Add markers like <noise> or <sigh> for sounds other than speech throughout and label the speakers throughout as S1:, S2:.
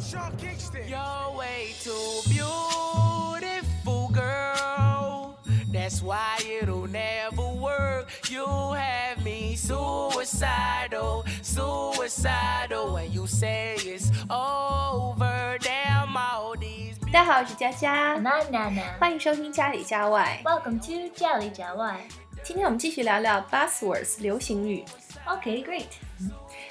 S1: Sean Kingston.
S2: You're way too beautiful, girl. That's why it'll never work. You have me suicidal, suicidal. When you say it's over, damn all these.
S3: 大家好，我是佳佳，
S4: Banana.
S3: 欢迎收听家里家外。
S4: Welcome to Jelly Jawai.
S3: 今天我们继续聊聊 buzzwords 流行语。
S4: Okay, great.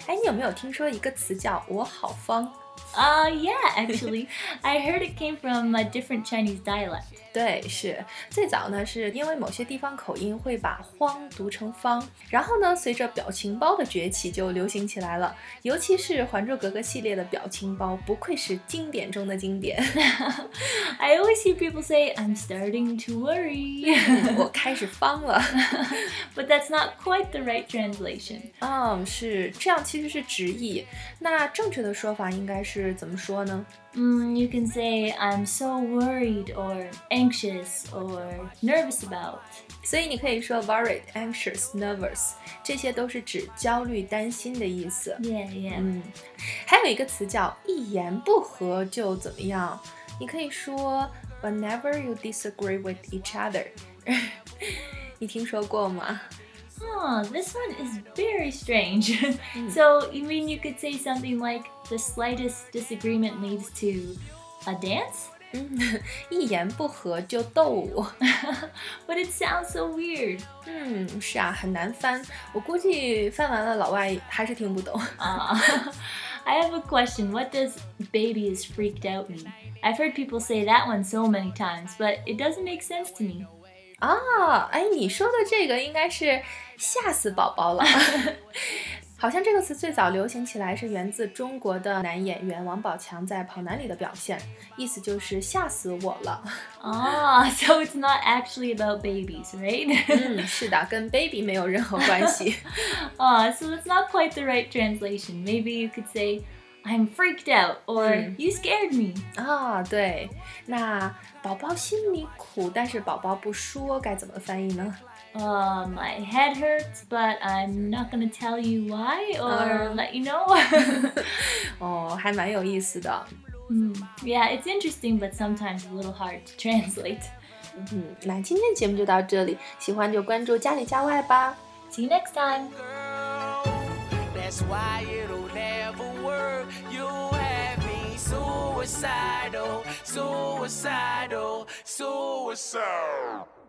S3: 哎，你有没有听说一个词叫“我好方
S4: Uh, yeah, <laughs> actually, I heard it came from a different Chinese dialect. ”？
S3: 对，是最早呢，是因为某些地方口音会把“荒”读成“方”，然后呢，随着表情包的崛起就流行起来了。尤其是《还珠格格》系列的表情包，不愧是经典中的经典。
S4: I always hear people say, I'm starting to <laughs> worry.
S3: 我开始方了。
S4: but that's not quite the right translation.
S3: 嗯，是这样，其实是直译。那正确的说法应该是怎么说呢？
S4: Mm, you can say, I'm so worried, or anxious, or nervous about.
S3: 所以你可以说 worried, anxious, nervous，这些都是指焦虑、担心的意思。
S4: Yeah, yeah.
S3: 嗯，还有一个词叫一言不合就怎么样，你可以说 whenever you disagree with each other 。 <laughs> 你听说过吗？
S4: Huh, this one is very strange. <laughs> so, you mean you could say something like, the slightest disagreement leads to a dance?
S3: 嗯，一言不合就斗舞。
S4: <laughs> But it sounds so weird.
S3: 嗯，是啊，很难翻。我估计翻完了，老外还是听不懂。
S4: Uh, <laughs> I have a question. What does baby is freaked out mean? I've heard people say that one so many times, but it doesn't make sense to me.
S3: 啊，哎，你说的这个应该是吓死宝宝了。 <laughs> 好像这个词最早流行起来是源自中国的男演员王宝强在《跑男》里的表现，意思就是吓死我了。
S4: Ah, <laughs> so it's not actually about babies, right? <laughs>
S3: 嗯，是的，跟 baby 没有任何关系。
S4: Ah, so that's not quite the right translation. Maybe you could say, I'm freaked out, or
S3: Mm.
S4: you scared me.
S3: <laughs> 啊，对，那宝宝心里苦，但是宝宝不说，该怎么翻译呢？
S4: Uh, my head hurts, but I'm not gonna tell you why or
S3: Uh.
S4: let you know. <laughs>
S3: 哦，还蛮有意思的。
S4: Hmm. Yeah, it's interesting, but sometimes a little hard to <laughs> translate.
S3: 嗯，那今天节目就到这里，喜欢就关注家里家外吧。
S4: See you next time.
S2: girl. That's why it'll never work. You have me suicidal, suicidal, suicidal.